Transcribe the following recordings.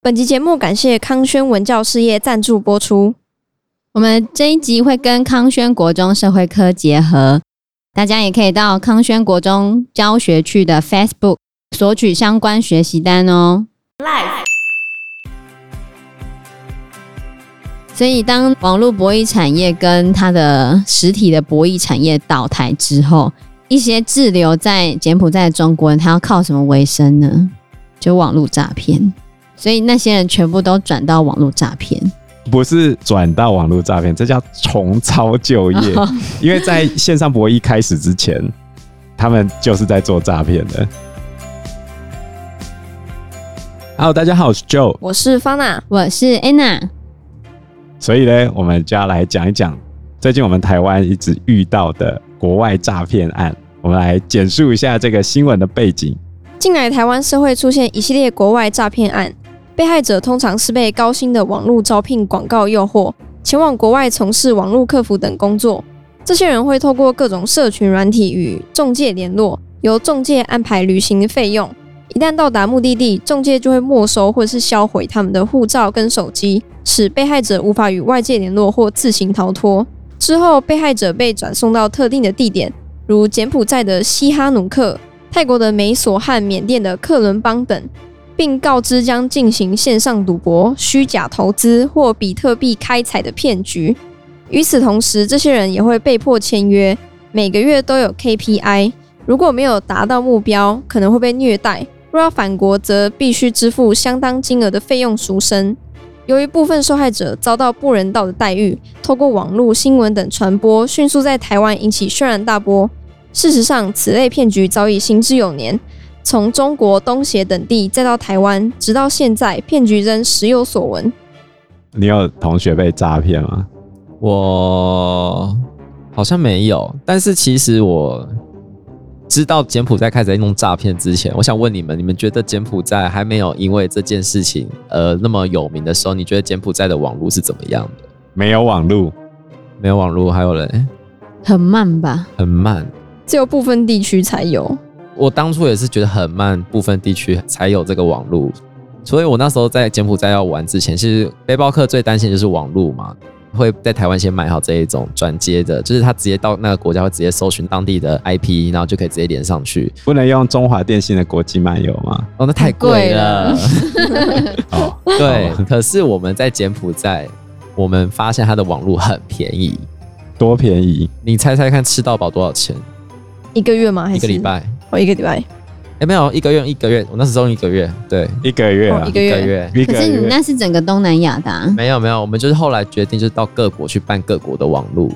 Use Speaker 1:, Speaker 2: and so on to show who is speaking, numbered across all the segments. Speaker 1: 本集节目感谢康轩文教事业赞助播出。
Speaker 2: 我们这一集会跟康轩国中社会科结合，大家也可以到康轩国中教学区的 Facebook 索取相关学习单哦。所以，当网络博弈产业跟它的实体的博弈产业倒台之后，一些滞留在柬埔寨的中国人，他要靠什么为生呢？就网络诈骗。所以那些人全部都转到网络诈骗。
Speaker 3: 不是转到网络诈骗，这叫重操旧 业。因为在线上博弈开始之前，他们就是在做诈骗的。Hello，大家好，我是 Joe。
Speaker 1: 我是方娜，
Speaker 2: 我是 Anna，
Speaker 3: 所以呢，我们就要来讲一讲最近我们台湾一直遇到的国外诈骗案。我们来简述一下这个新闻的背景。
Speaker 1: 近来台湾社会出现一系列国外诈骗案，被害者通常是被高薪的网络招聘广告诱惑，前往国外从事网络客服等工作。这些人会透过各种社群软体与中介联络，由中介安排旅行费用。一旦到达目的地，中介就会没收或是销毁他们的护照跟手机，使被害者无法与外界联络或自行逃脱。之后，被害者被转送到特定的地点，如柬埔寨的西哈努克、泰国的美索和缅甸的克伦邦等，并告知将进行线上赌博、虚假投资或比特币开采的骗局。与此同时，这些人也会被迫签约，每个月都有 KPI，如果没有达到目标，可能会被虐待；若要返国，则必须支付相当金额的费用赎身。由于部分受害者遭到不人道的待遇，透过网络新闻等传播，迅速在台湾引起轩然大波。事实上，此类骗局早已行之有年，从中国东协等地再到台湾，直到现在，骗局仍时有所闻。
Speaker 3: 你有同学被诈骗吗？
Speaker 4: 我好像没有，但是其实我知道柬埔寨开始在弄诈骗之前，我想问你们，你们觉得柬埔寨还没有因为这件事情呃那么有名的时候，你觉得柬埔寨的网络是怎么样的？
Speaker 3: 没有网路，
Speaker 4: 没有网络，还有嘞，
Speaker 2: 很慢吧？
Speaker 4: 很慢。
Speaker 1: 只有部分地区才有。
Speaker 4: 我当初也是觉得很慢，部分地区才有这个网络，所以我那时候在柬埔寨要玩之前，其实背包客最担心的就是网络嘛，会在台湾先买好这一种转接的，就是他直接到那个国家会直接搜寻当地的 IP，然后就可以直接连上去。
Speaker 3: 不能用中华电信的国际漫游吗？
Speaker 4: 哦，那太贵了。
Speaker 3: 哦，
Speaker 4: 对，可是我们在柬埔寨，我们发现它的网络很便宜，
Speaker 3: 多便 宜！哦
Speaker 4: 你猜猜看，吃到饱多少钱？
Speaker 1: 一个月吗？还是
Speaker 4: 一个礼？拜？
Speaker 1: 哦，一个礼拜。
Speaker 4: 哎，没有，一个月，一个月，我那时候一个月，对，
Speaker 3: 一个月啊
Speaker 1: 哦，一
Speaker 4: 一个月。
Speaker 3: 一
Speaker 2: 可
Speaker 3: 个
Speaker 2: 是你
Speaker 3: 月
Speaker 2: 那是整个东南亚的、啊，
Speaker 4: 没有没有，我们就是后来决定就是到各国去办各国的网路，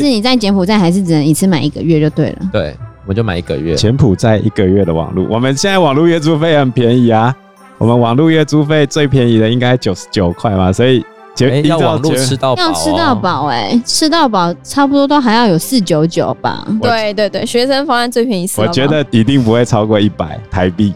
Speaker 2: 是你在柬埔寨还是只能一次买一个月就对了？
Speaker 4: 对，我们就买一个月。
Speaker 3: 柬埔寨一个月的网路，我们现在网路月租费很便宜啊。我们网路月租费最便宜的应该九十九块嘛，所以柬
Speaker 4: 哎，要
Speaker 3: 依照
Speaker 4: 网路
Speaker 3: 柬
Speaker 4: 吃到饱、哦，
Speaker 2: 要吃到。饱哎、吃到饱差不多都还要有四九九吧？
Speaker 1: 对对对，学生方案最便宜四。
Speaker 3: 我觉得一定不会超过一百台币。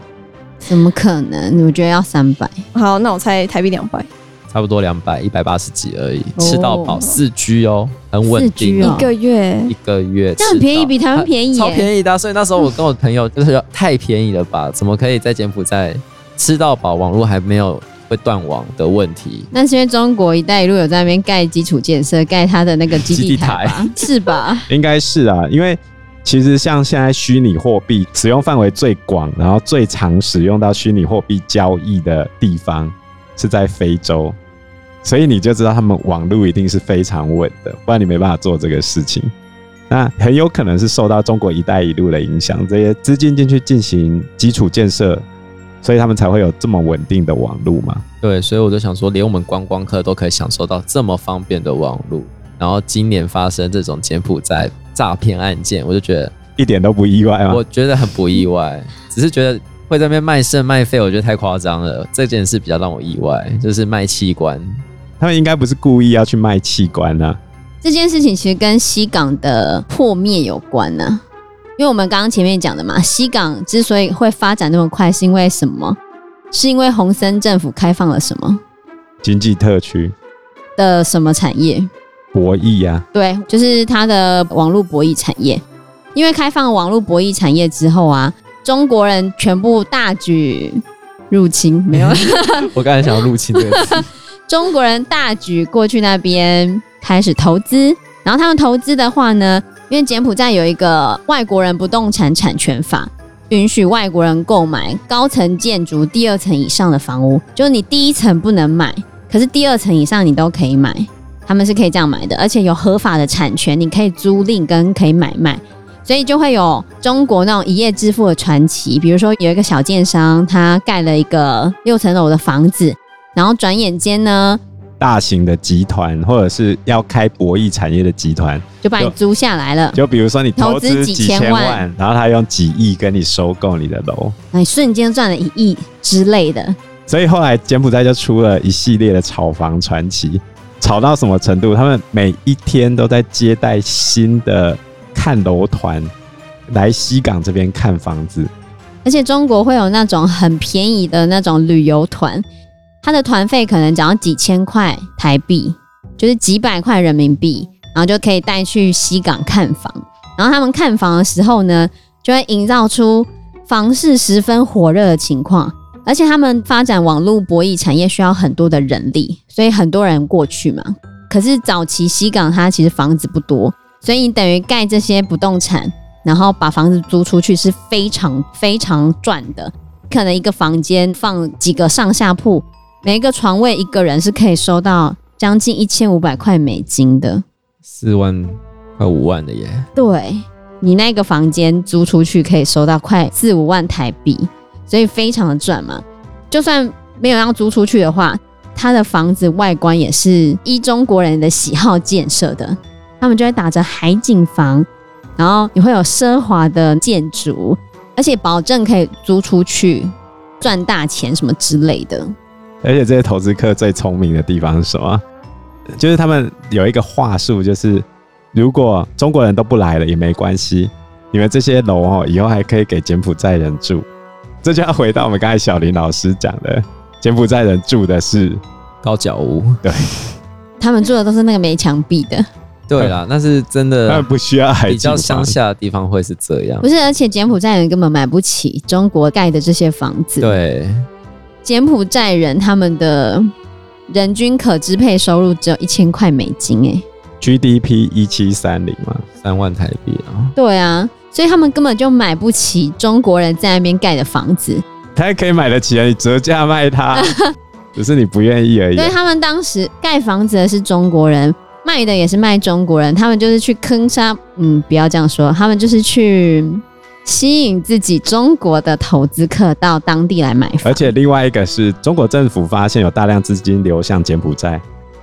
Speaker 2: 怎么可能？我觉得要三百。
Speaker 1: 好，那我猜台币两百，
Speaker 4: 差不多两百一百八十几而已，
Speaker 2: 哦
Speaker 4: 吃到饱四 G 哦，很稳
Speaker 2: 4G
Speaker 4: 定
Speaker 2: 哦
Speaker 4: 哦，
Speaker 1: 一个月
Speaker 4: 一个月
Speaker 2: 这样很便宜
Speaker 4: 吃到
Speaker 2: 比台湾便宜耶
Speaker 4: 啊超便宜的啊、所以那时候我跟我朋友就是说太便宜了吧，怎么可以在柬埔寨吃到饱，网络还没有会断网的问题？
Speaker 2: 那是因为中国“一带一路”有在那边盖基础建设，盖它的那个基地台吧？是吧？
Speaker 3: 应该是啊，因为其实像现在虚拟货币使用范围最广，然后最常使用到虚拟货币交易的地方是在非洲，所以你就知道他们网路一定是非常稳的，不然你没办法做这个事情。那很有可能是受到中国“一带一路”的影响，这些资金进去进行基础建设，所以他们才会有这么稳定的网路嘛。
Speaker 4: 对，所以我就想说，连我们观光客都可以享受到这么方便的网络，然后今年发生这种柬埔寨诈骗案件，我就觉得
Speaker 3: 一点都不意外啊！
Speaker 4: 我觉得很不意外，只是觉得会在那边卖肾卖肺，我觉得太夸张了。这件事比较让我意外，就是卖器官。
Speaker 3: 他们应该不是故意要去卖器官啊，
Speaker 2: 这件事情其实跟西港的破灭有关呢、因为我们刚刚前面讲的嘛，西港之所以会发展那么快，是因为什么？是因为洪森政府开放了什么
Speaker 3: 经济特区
Speaker 2: 的什么产业？
Speaker 3: 博弈啊。
Speaker 2: 对，就是它的网络博弈产业。因为开放网络博弈产业之后啊，中国人全部大举入侵，没有啦
Speaker 4: 我刚才想要入侵这 个词，
Speaker 2: 中国人大举过去那边开始投资，然后他们投资的话呢，因为柬埔寨有一个外国人不动产产权法，允许外国人购买高层建筑第二层以上的房屋，就是你第一层不能买，可是第二层以上你都可以买，他们是可以这样买的，而且有合法的产权，你可以租赁跟可以买卖。所以就会有中国那种一夜致富的传奇，比如说有一个小建商，他盖了一个六层楼的房子，然后转眼间呢，
Speaker 3: 大型的集团或者是要开博弈产业的集团，
Speaker 2: 就把你租下来了，
Speaker 3: 就比如说你投
Speaker 2: 投
Speaker 3: 资
Speaker 2: 资
Speaker 3: 几
Speaker 2: 几
Speaker 3: 千
Speaker 2: 千
Speaker 3: 万
Speaker 2: 万，
Speaker 3: 然后他用几亿跟你收购你的楼，
Speaker 2: 哎，瞬间赚了一亿之类的。
Speaker 3: 所以后来柬埔寨就出了一系列的炒房传奇，炒到什么程度？他们每一天都在接待新的看楼团来西港这边看房子，
Speaker 2: 而且中国会有那种很便宜的那种旅游团，它的团费可能只要几千块台币，就是几百块人民币，然后就可以带去西港看房。然后他们看房的时候呢，就会营造出房市十分火热的情况。而且他们发展网络博弈产业需要很多的人力，所以很多人过去嘛。可是早期西港它其实房子不多，所以你等于盖这些不动产，然后把房子租出去是非常非常赚的。可能一个房间放几个上下铺，每一个床位一个人是可以收到将近一千五百块美金的。
Speaker 4: 四万快五万的耶，
Speaker 2: 对你那个房间租出去可以收到快四五万台币，所以非常的赚嘛。就算没有要租出去的话，他的房子外观也是依中国人的喜好建设的，他们就会打着海景房，然后也会有奢华的建筑，而且保证可以租出去赚大钱什么之类的。
Speaker 3: 而且这些投资客最聪明的地方是什么？就是他们有一个话术，就是如果中国人都不来了也没关系，你们这些楼哦，以后还可以给柬埔寨人住。这就要回到我们刚才小林老师讲的，柬埔寨人住的是
Speaker 4: 高脚屋。
Speaker 2: 他们住的都是那个没墙壁的，
Speaker 4: 对啦，那是真
Speaker 3: 他
Speaker 4: 的
Speaker 3: 们不需要海
Speaker 4: 比较
Speaker 3: 景
Speaker 4: 乡
Speaker 3: 房，
Speaker 4: 下的地方会是这样
Speaker 2: 不。是？而且柬埔寨人根本买不起中国盖的这些房子。
Speaker 4: 对，
Speaker 2: 柬埔寨人他们的人均可支配收入只有一千块美金，哎，
Speaker 3: GDP 一七三零嘛，
Speaker 4: 三万台币啊，
Speaker 2: 对啊，所以他们根本就买不起中国人在那边盖的房子，
Speaker 3: 他还可以买得起啊，你折价卖 他，只是你不愿意而已啊
Speaker 2: 所。以他们当时盖房子的是中国人，卖的也是卖中国人，他们就是去坑杀，嗯，不要这样说，他们就是去吸引自己中国的投资客到当地来买房，
Speaker 3: 而且另外一个是中国政府发现有大量资金流向柬埔寨，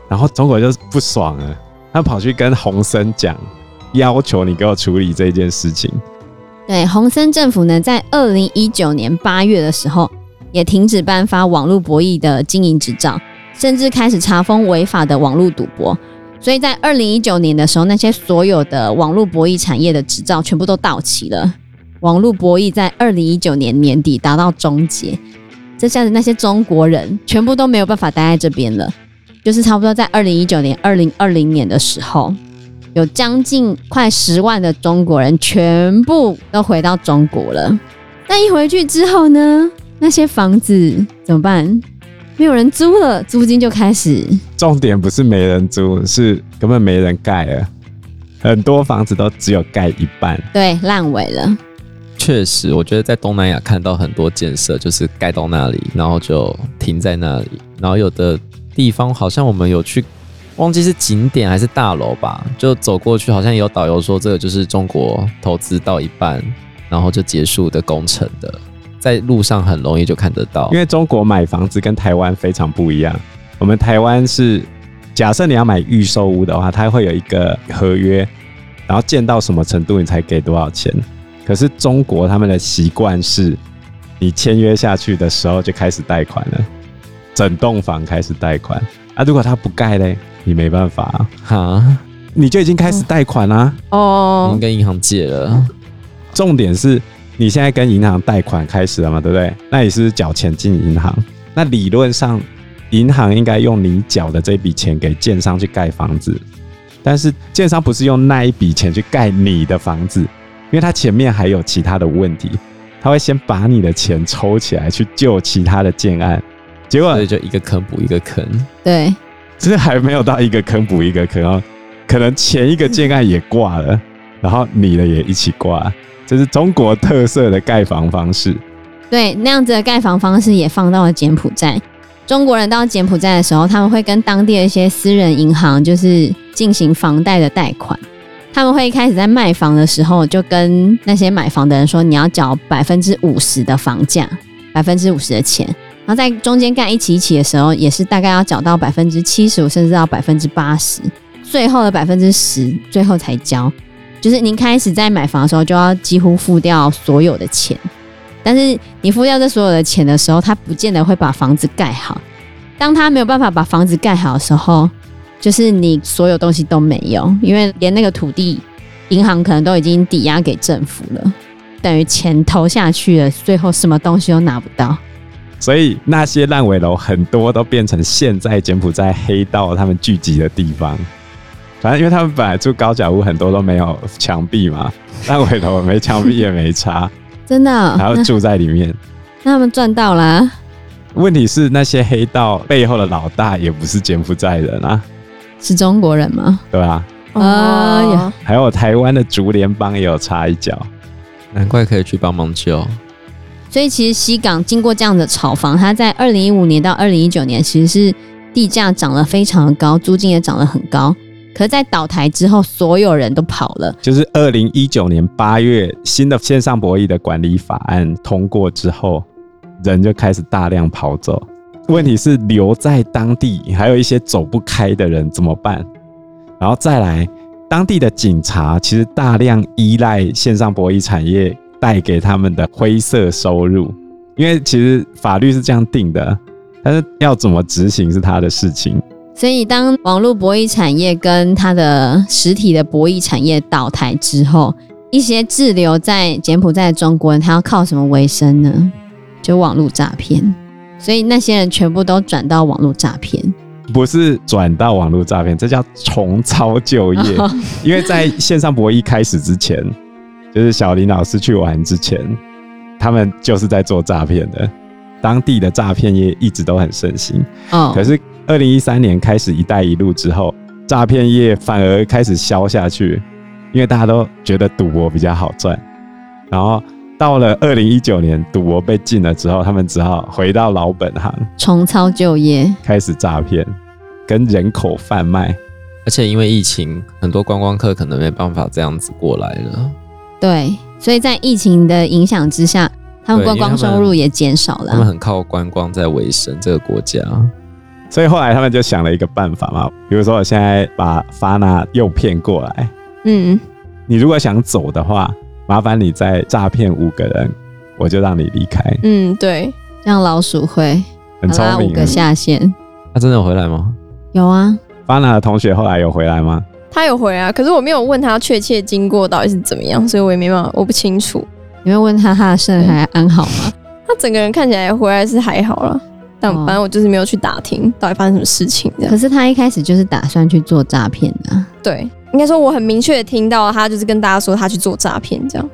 Speaker 3: 然后中国就不爽了，他跑去跟洪森讲，要求你给我处理这件事情。
Speaker 2: 对，洪森政府呢，在二零一九年八月的时候，也停止颁发网络博弈的经营执照，甚至开始查封违法的网络赌博。所以在二零一九年的时候，那些所有的网络博弈产业的执照全部都到期了。网络博弈在二零一九年年底达到终结，这下子那些中国人全部都没有办法待在这边了。就是差不多在二零一九年、二零二零年的时候，有将近快十万的中国人全部都回到中国了。但一回去之后呢，那些房子怎么办？没有人租了，租金就开始
Speaker 3: 重点不是没人租，是根本没人盖了，很多房子都只有盖一半。
Speaker 2: 对烂尾了。
Speaker 4: 确实，我觉得在东南亚看到很多建设，就是盖到那里，然后就停在那里，然后有的地方好像我们有去，忘记是景点还是大楼吧，就走过去，好像也有导游说这个就是中国投资到一半，然后就结束的工程的，在路上很容易就看得到
Speaker 3: 因。为中国买房子跟台湾非常不一样，我们台湾是假设你要买预售屋的话，它会有一个合约，然后建到什么程度你才给多少钱。可是中国他们的习惯是，你签约下去的时候就开始贷款了，整栋房开始贷款。啊，如果他不盖嘞，你没办法、啊，
Speaker 4: 哈，
Speaker 3: 你就已经开始贷款啦、啊
Speaker 4: 已
Speaker 2: 哦
Speaker 4: 经，跟银行借了，
Speaker 3: 重点是你现在跟银行贷款开始了嘛，对不对？那你是不是缴钱进银行？那理论上，银行应该用你缴的这笔钱给建商去盖房子，但是建商不是用那一笔钱去盖你的房子，因为他前面还有其他的问题，他他会先把你的钱抽起来去救其他的建案，结果
Speaker 4: 所以就一个坑补一个坑。
Speaker 2: 对，
Speaker 3: 这还没有到一个坑补一个坑哦，可能前一个建案也挂了，然后你的也一起挂，这是中国特色的盖房方式。
Speaker 2: 对，那样子的盖房方式也放到了柬埔寨。中国人到柬埔寨的时候，他们会跟当地的一些私人银行就是进行房贷的贷款。他们会一开始在卖房的时候，就跟那些买房的人说，你要缴百分之五十的房价，百分之五十的钱。然后在中间盖一起一起的时候，也是大概要缴到百分之七十五，甚至到百分之八十，最后的百分之十，最后才交。就是您开始在买房的时候，就要几乎付掉所有的钱。但是你付掉这所有的钱的时候，他不见得会把房子盖好。当他没有办法把房子盖好的时候，就是你所有东西都没有，因为连那个土地银行可能都已经抵押给政府了，等于钱投下去了，最后什么东西都拿不到。
Speaker 3: 所以那些烂尾楼很多都变成现在柬埔寨黑道他们聚集的地方。反正因为他们本来住高脚屋，很多都没有墙壁嘛，烂尾楼没墙壁也没差，
Speaker 2: 真的，啊
Speaker 3: 然后
Speaker 2: 那
Speaker 3: 住在里面。
Speaker 2: 那他们赚到啊啦、
Speaker 3: 问题是那些黑道背后的老大也不是柬埔寨人啊，
Speaker 2: 是中国人吗？
Speaker 3: 对吧、
Speaker 1: 啊
Speaker 2: 哎呀
Speaker 1: 哦
Speaker 3: 还有台湾的竹联帮也有插一脚。
Speaker 4: 难怪可以去帮忙救。
Speaker 2: 所以其实西港经过这样的炒房，它在二零一五年到二零一九年其实是地价涨得非常的高，租金也涨得很高。可是在倒台之后，所有人都跑了，
Speaker 3: 就是二零一九年八月新的线上博弈的管理法案通过之后，人就开始大量跑走。问题是留在当地，还有一些走不开的人怎么办？然后再来，当地的警察其实大量依赖线上博弈产业带给他们的灰色收入，因为其实法律是这样定的，但是要怎么执行是他的事情。
Speaker 2: 所以，当网络博弈产业跟它的实体的博弈产业倒台之后，一些滞留在柬埔寨的中国人，他要靠什么为生呢？就网络诈骗。所以那些人全部都转到网络诈骗。
Speaker 3: 不是转到网络诈骗，这叫重操旧业。因为在线上博弈开始之前，就是小林老师去玩之前，他们就是在做诈骗的。当地的诈骗业一直都很盛行，
Speaker 2: 哦
Speaker 3: 可，是二零一三年开始“一带一路”之后，诈骗业反而开始消下去，因为大家都觉得赌博比较好赚。然后到了二零一九年，赌博被禁了之后，他们只好回到老本行，
Speaker 2: 重操旧业。
Speaker 3: 开始诈骗跟人口贩卖。
Speaker 4: 而且因为疫情，很多观光客可能没办法这样子过来了。
Speaker 2: 对，所以在疫情的影响之下，他们
Speaker 4: 对
Speaker 2: 观
Speaker 4: 因为
Speaker 2: 光
Speaker 4: 他们
Speaker 2: 收入也减少了
Speaker 4: 他们
Speaker 2: 啊。
Speaker 4: 很靠观光在维生这个国家。
Speaker 2: 嗯
Speaker 3: 所以后来他们就想了一个办法嘛，比如说我现在把法纳诱骗过来，
Speaker 1: 嗯，
Speaker 3: 你如果想走的话，麻烦你再诈骗五个人，我就让你离 开。
Speaker 1: 嗯，对，
Speaker 2: 让老鼠会
Speaker 3: 很聪
Speaker 2: 好啦五
Speaker 3: 明
Speaker 2: 个。下线。
Speaker 4: 他真的有回来吗？
Speaker 2: 有啊，
Speaker 3: 法纳的同学后来有回来吗？
Speaker 1: 他有回啊，可是我没有问他确切经过到底是怎么样，所以我也没办法，我不清楚。
Speaker 2: 你会问他他的肾还安好 吗？
Speaker 1: 他整个人看起来回来是还好了，但
Speaker 2: 哦
Speaker 1: 反正我就是没有去打听到底发生什么事情这样。
Speaker 2: 可是他一开始就是打算去做诈骗的啊、
Speaker 1: 对，应该说我很明确的听到他就是跟大家说他去做诈骗这样。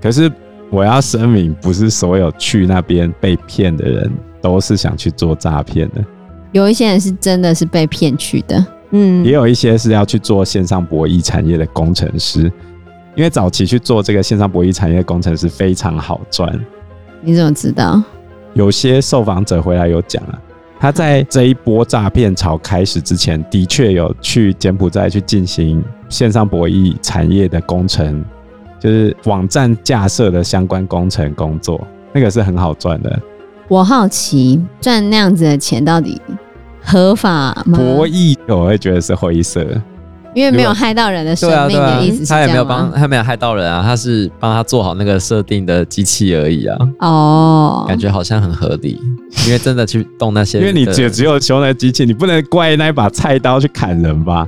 Speaker 3: 可是我要声明，不是所有去那边被骗的人都是想去做诈骗的，
Speaker 2: 嗯有一些人是真的是被骗去的，
Speaker 1: 嗯
Speaker 3: 也，有一些是要去做线上博弈产业的工程师，因为早期去做这个线上博弈产业的工程师非常好赚。
Speaker 2: 你怎么知道？
Speaker 3: 有些受访者回来有讲啊，他在这一波诈骗潮开始之前，的确有去柬埔寨去进行线上博弈产业的工程，就是网站架设的相关工程工作，那个是很好赚的。
Speaker 2: 我好奇赚那样子的钱到底合法
Speaker 4: 嗯
Speaker 2: 吗？
Speaker 3: 博弈我会觉得是灰色，
Speaker 2: 因为没有
Speaker 4: 啊
Speaker 2: 害到人的生命的意思是这
Speaker 4: 他也没有
Speaker 2: 样
Speaker 4: 帮，
Speaker 2: 吗？
Speaker 4: 他没有害到人啊，他是帮他做好那个设定的机器而已啊，
Speaker 2: 哦，
Speaker 4: 感觉好像很合 理，因为真的去动那些
Speaker 3: 因
Speaker 4: 人
Speaker 3: 为
Speaker 4: 的，
Speaker 3: 你只只有修那机器，你不能怪那一把菜刀去砍人吧？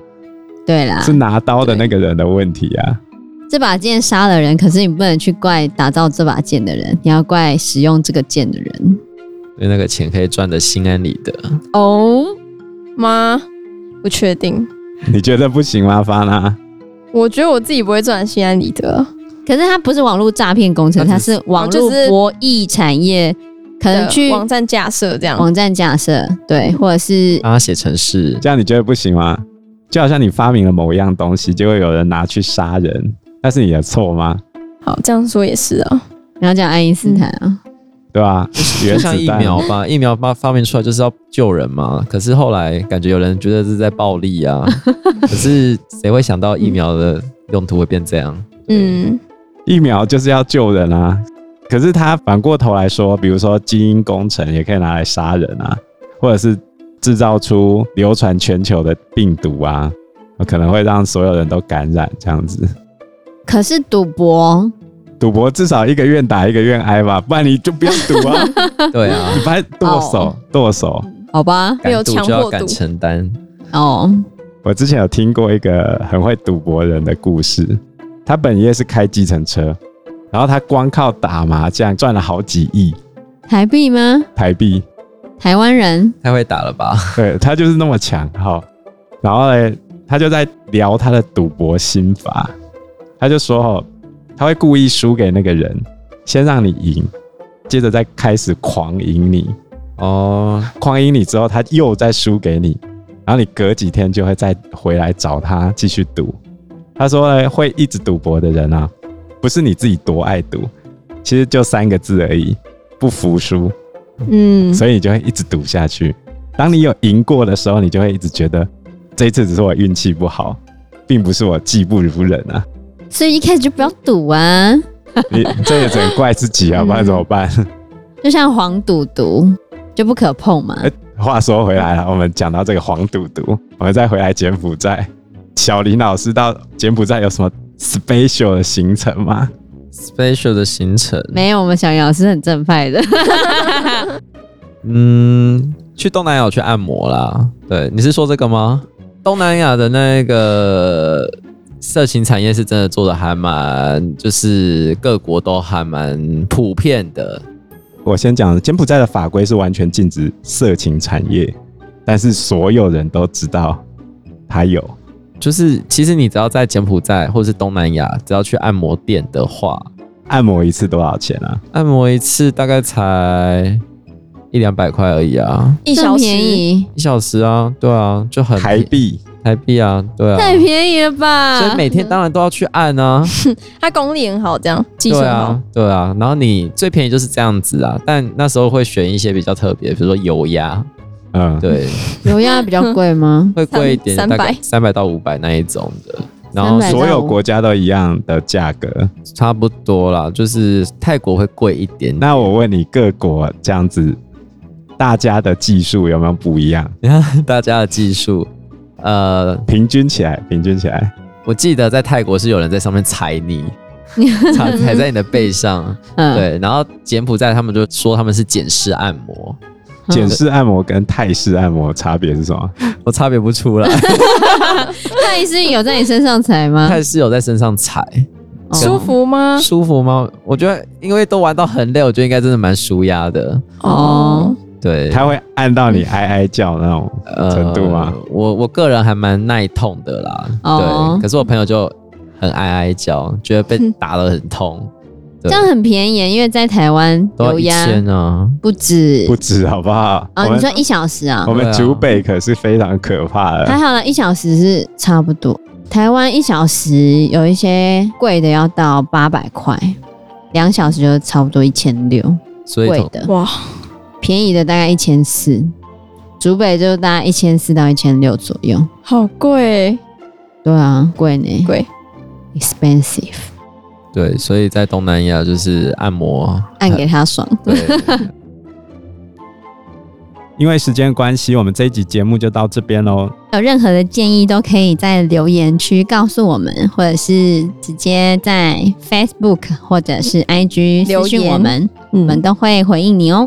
Speaker 2: 对啦，
Speaker 3: 是拿刀的那个人的问题啊。
Speaker 2: 这把剑杀了人，可是你不能去怪打造这把剑的人，你要怪使用这个剑的人。
Speaker 4: 因为那个钱可以赚的心安理得。
Speaker 2: 嗯
Speaker 1: 哦吗？不确定，
Speaker 3: 你觉得不行吗，发娜？
Speaker 1: 我觉得我自己不会赚心安理得。
Speaker 2: 可是它不是网络诈骗工程，它
Speaker 4: 它
Speaker 2: 是网
Speaker 1: 就
Speaker 2: 络
Speaker 1: 是
Speaker 2: 博弈产业，可能
Speaker 1: 的
Speaker 2: 嗯去
Speaker 1: 网站架设这样，
Speaker 2: 网站架设，对，或者是
Speaker 4: 帮他写程式，
Speaker 3: 这样你觉得不行吗？就好像你发明了某一样东西，结果有人拿去杀人，那是你的错吗？
Speaker 1: 好这样说也是啊，
Speaker 2: 然后讲爱因斯坦啊，
Speaker 3: 对吧、原
Speaker 4: 就
Speaker 3: 子
Speaker 4: 像疫
Speaker 3: 弹
Speaker 4: 苗吧，疫苗发发明出来就是要救人嘛。可是后来感觉有人觉得是在暴力 啊，可是谁会想到疫苗的用途会变这样？
Speaker 1: 嗯，
Speaker 3: 疫苗就是要救人啊。可是他反过头来说，比如说基因工程也可以拿来杀人啊，或者是制造出流传全球的病毒啊，可能会让所有人都感染这样子。
Speaker 2: 可是赌博，
Speaker 3: 赌博至少一个愿打一个愿挨吧，不然你就不要赌 啊，
Speaker 4: 对啊
Speaker 3: 你，把它剁手
Speaker 2: 哦
Speaker 3: 剁手。
Speaker 2: 好吧，
Speaker 1: 没有
Speaker 4: 敢赌
Speaker 1: 强
Speaker 4: 就要
Speaker 1: 迫赌
Speaker 4: 敢承担。
Speaker 2: 哦，
Speaker 3: 我之前有听过一个很会赌博人的故事，他本业是开计程车，然后他光靠打麻将赚了好几亿
Speaker 2: 台币吗？
Speaker 3: 台币，
Speaker 2: 台湾人，
Speaker 4: 太会打了吧？
Speaker 3: 对他就是那么强哈。然后呢，他就在聊他的赌博心法，他就说哦，他会故意输给那个人，先让你赢，接着再开始狂赢你，
Speaker 4: 哦，
Speaker 3: 狂赢你之后，他又再输给你，然后你隔几天就会再回来找他继续赌。他说呢，会一直赌博的人啊，不是你自己多爱赌，其实就三个字而已，不服输。
Speaker 1: 嗯，
Speaker 3: 所以你就会一直赌下去。当你有赢过的时候，你就会一直觉得这一次只是我运气不好，并不是我技不如人啊。
Speaker 2: 所以一开始就不要赌啊，
Speaker 3: 你这也只能怪自己啊，不然怎么办？
Speaker 2: 就像黄赌毒就不可碰嘛。
Speaker 3: 哎话说回来了，我们讲到这个黄赌毒，我们再回来柬埔寨。小林老师到柬埔寨有什么 special 的行程吗？
Speaker 4: special 的行程，
Speaker 2: 没有，我们小杨老师很正派的，
Speaker 4: 嗯，去东南亚有去按摩啦。对，你是说这个吗？东南亚的那个色情产业是真的做的还蛮，就是各国都还蛮普遍的。
Speaker 3: 我先讲，柬埔寨的法规是完全禁止色情产业，但是所有人都知道它有。
Speaker 4: 就是其实你只要在柬埔寨或是东南亚，只要去按摩店的话，
Speaker 3: 按摩一次多少钱啊？
Speaker 4: 按摩一次大概才一两百块而已啊，
Speaker 1: 一 小
Speaker 2: 这么
Speaker 1: 时
Speaker 2: 便宜，
Speaker 4: 一小时啊，对啊，就很
Speaker 3: 台币
Speaker 4: 台币啊，对啊。
Speaker 2: 太便宜了
Speaker 4: 所以
Speaker 2: 吧？
Speaker 4: 每天当然都要去按啊，
Speaker 1: 它功力很好，这样技术
Speaker 4: 对
Speaker 1: 很好
Speaker 4: 啊，，对啊。然后你最便宜就是这样子啊，但那时候会选一些比较特别，比如说油压，
Speaker 3: 嗯，
Speaker 4: 对，
Speaker 2: 油压比较贵吗？
Speaker 4: 会贵一点，
Speaker 1: 三
Speaker 4: 大概
Speaker 1: 300
Speaker 4: 三百到五百那一种的。然后
Speaker 2: 300
Speaker 3: 所有国家都一样的价格。
Speaker 4: 差不多啦，就是泰国会贵一点点。
Speaker 3: 那我问你，各国这样子，大家的技术有没有不一样？
Speaker 4: 你看 大家的技术，呃，
Speaker 3: 平均起来，平均起来，
Speaker 4: 我记得在泰国是有人在上面踩你， 踩踩在你的背上，
Speaker 2: 嗯，
Speaker 4: 对。然后柬埔寨他们就说他们是简式按摩，
Speaker 2: 嗯
Speaker 3: 简式按摩跟泰式按摩差别是什么？
Speaker 4: 我差别不出 来。
Speaker 2: 泰式有在你身上踩吗？
Speaker 4: 泰式有在身上踩，
Speaker 2: 哦
Speaker 1: 舒服吗？
Speaker 4: 舒服吗？我觉得因为都玩到很累，我觉得应该真的蛮舒压的。
Speaker 2: 哦，
Speaker 4: 对，
Speaker 3: 它会按到你哀哀叫那种
Speaker 4: 呃
Speaker 3: 程度吗？
Speaker 4: 我我个人还蛮耐痛的啦，
Speaker 2: 哦
Speaker 4: 对。可是我朋友就很哀哀叫，觉得被打得很痛，
Speaker 2: 这
Speaker 4: 对
Speaker 2: 样很便宜耶，因为在台湾
Speaker 4: 都要
Speaker 2: 油
Speaker 4: 一
Speaker 2: 压
Speaker 4: 千啊。
Speaker 2: 不止
Speaker 3: 不止哦好不好？
Speaker 2: 哦，
Speaker 3: 我
Speaker 2: 你
Speaker 3: 们
Speaker 2: 说一小时啊
Speaker 3: 我？
Speaker 4: 对
Speaker 3: 们
Speaker 4: 啊
Speaker 3: 竹北可是非常可怕
Speaker 2: 还
Speaker 3: 的，
Speaker 2: 好啦，一小时是差不多。台湾一小时有一些贵的要到八百块，两小时就差不多一千六，
Speaker 4: 所以
Speaker 2: 贵
Speaker 4: 同
Speaker 2: 的
Speaker 1: 哇，
Speaker 2: 便宜的大概一千四，竹北就大概一千四到一千六左右。
Speaker 1: 好贵，
Speaker 2: 对啊，贵呢，
Speaker 1: 贵
Speaker 2: ，expensive，
Speaker 4: 对，所以在东南亚就是按摩，
Speaker 2: 按给他爽。
Speaker 4: 对，
Speaker 3: 因为时间关系，我们这一集节目就到这边喽。
Speaker 2: 有任何的建议都可以在留言区告诉我们，或者是直接在 Facebook 或者是 IG
Speaker 1: 留
Speaker 2: 私讯
Speaker 1: 言
Speaker 2: 我们，
Speaker 1: 嗯
Speaker 2: 我们都会回应你哦。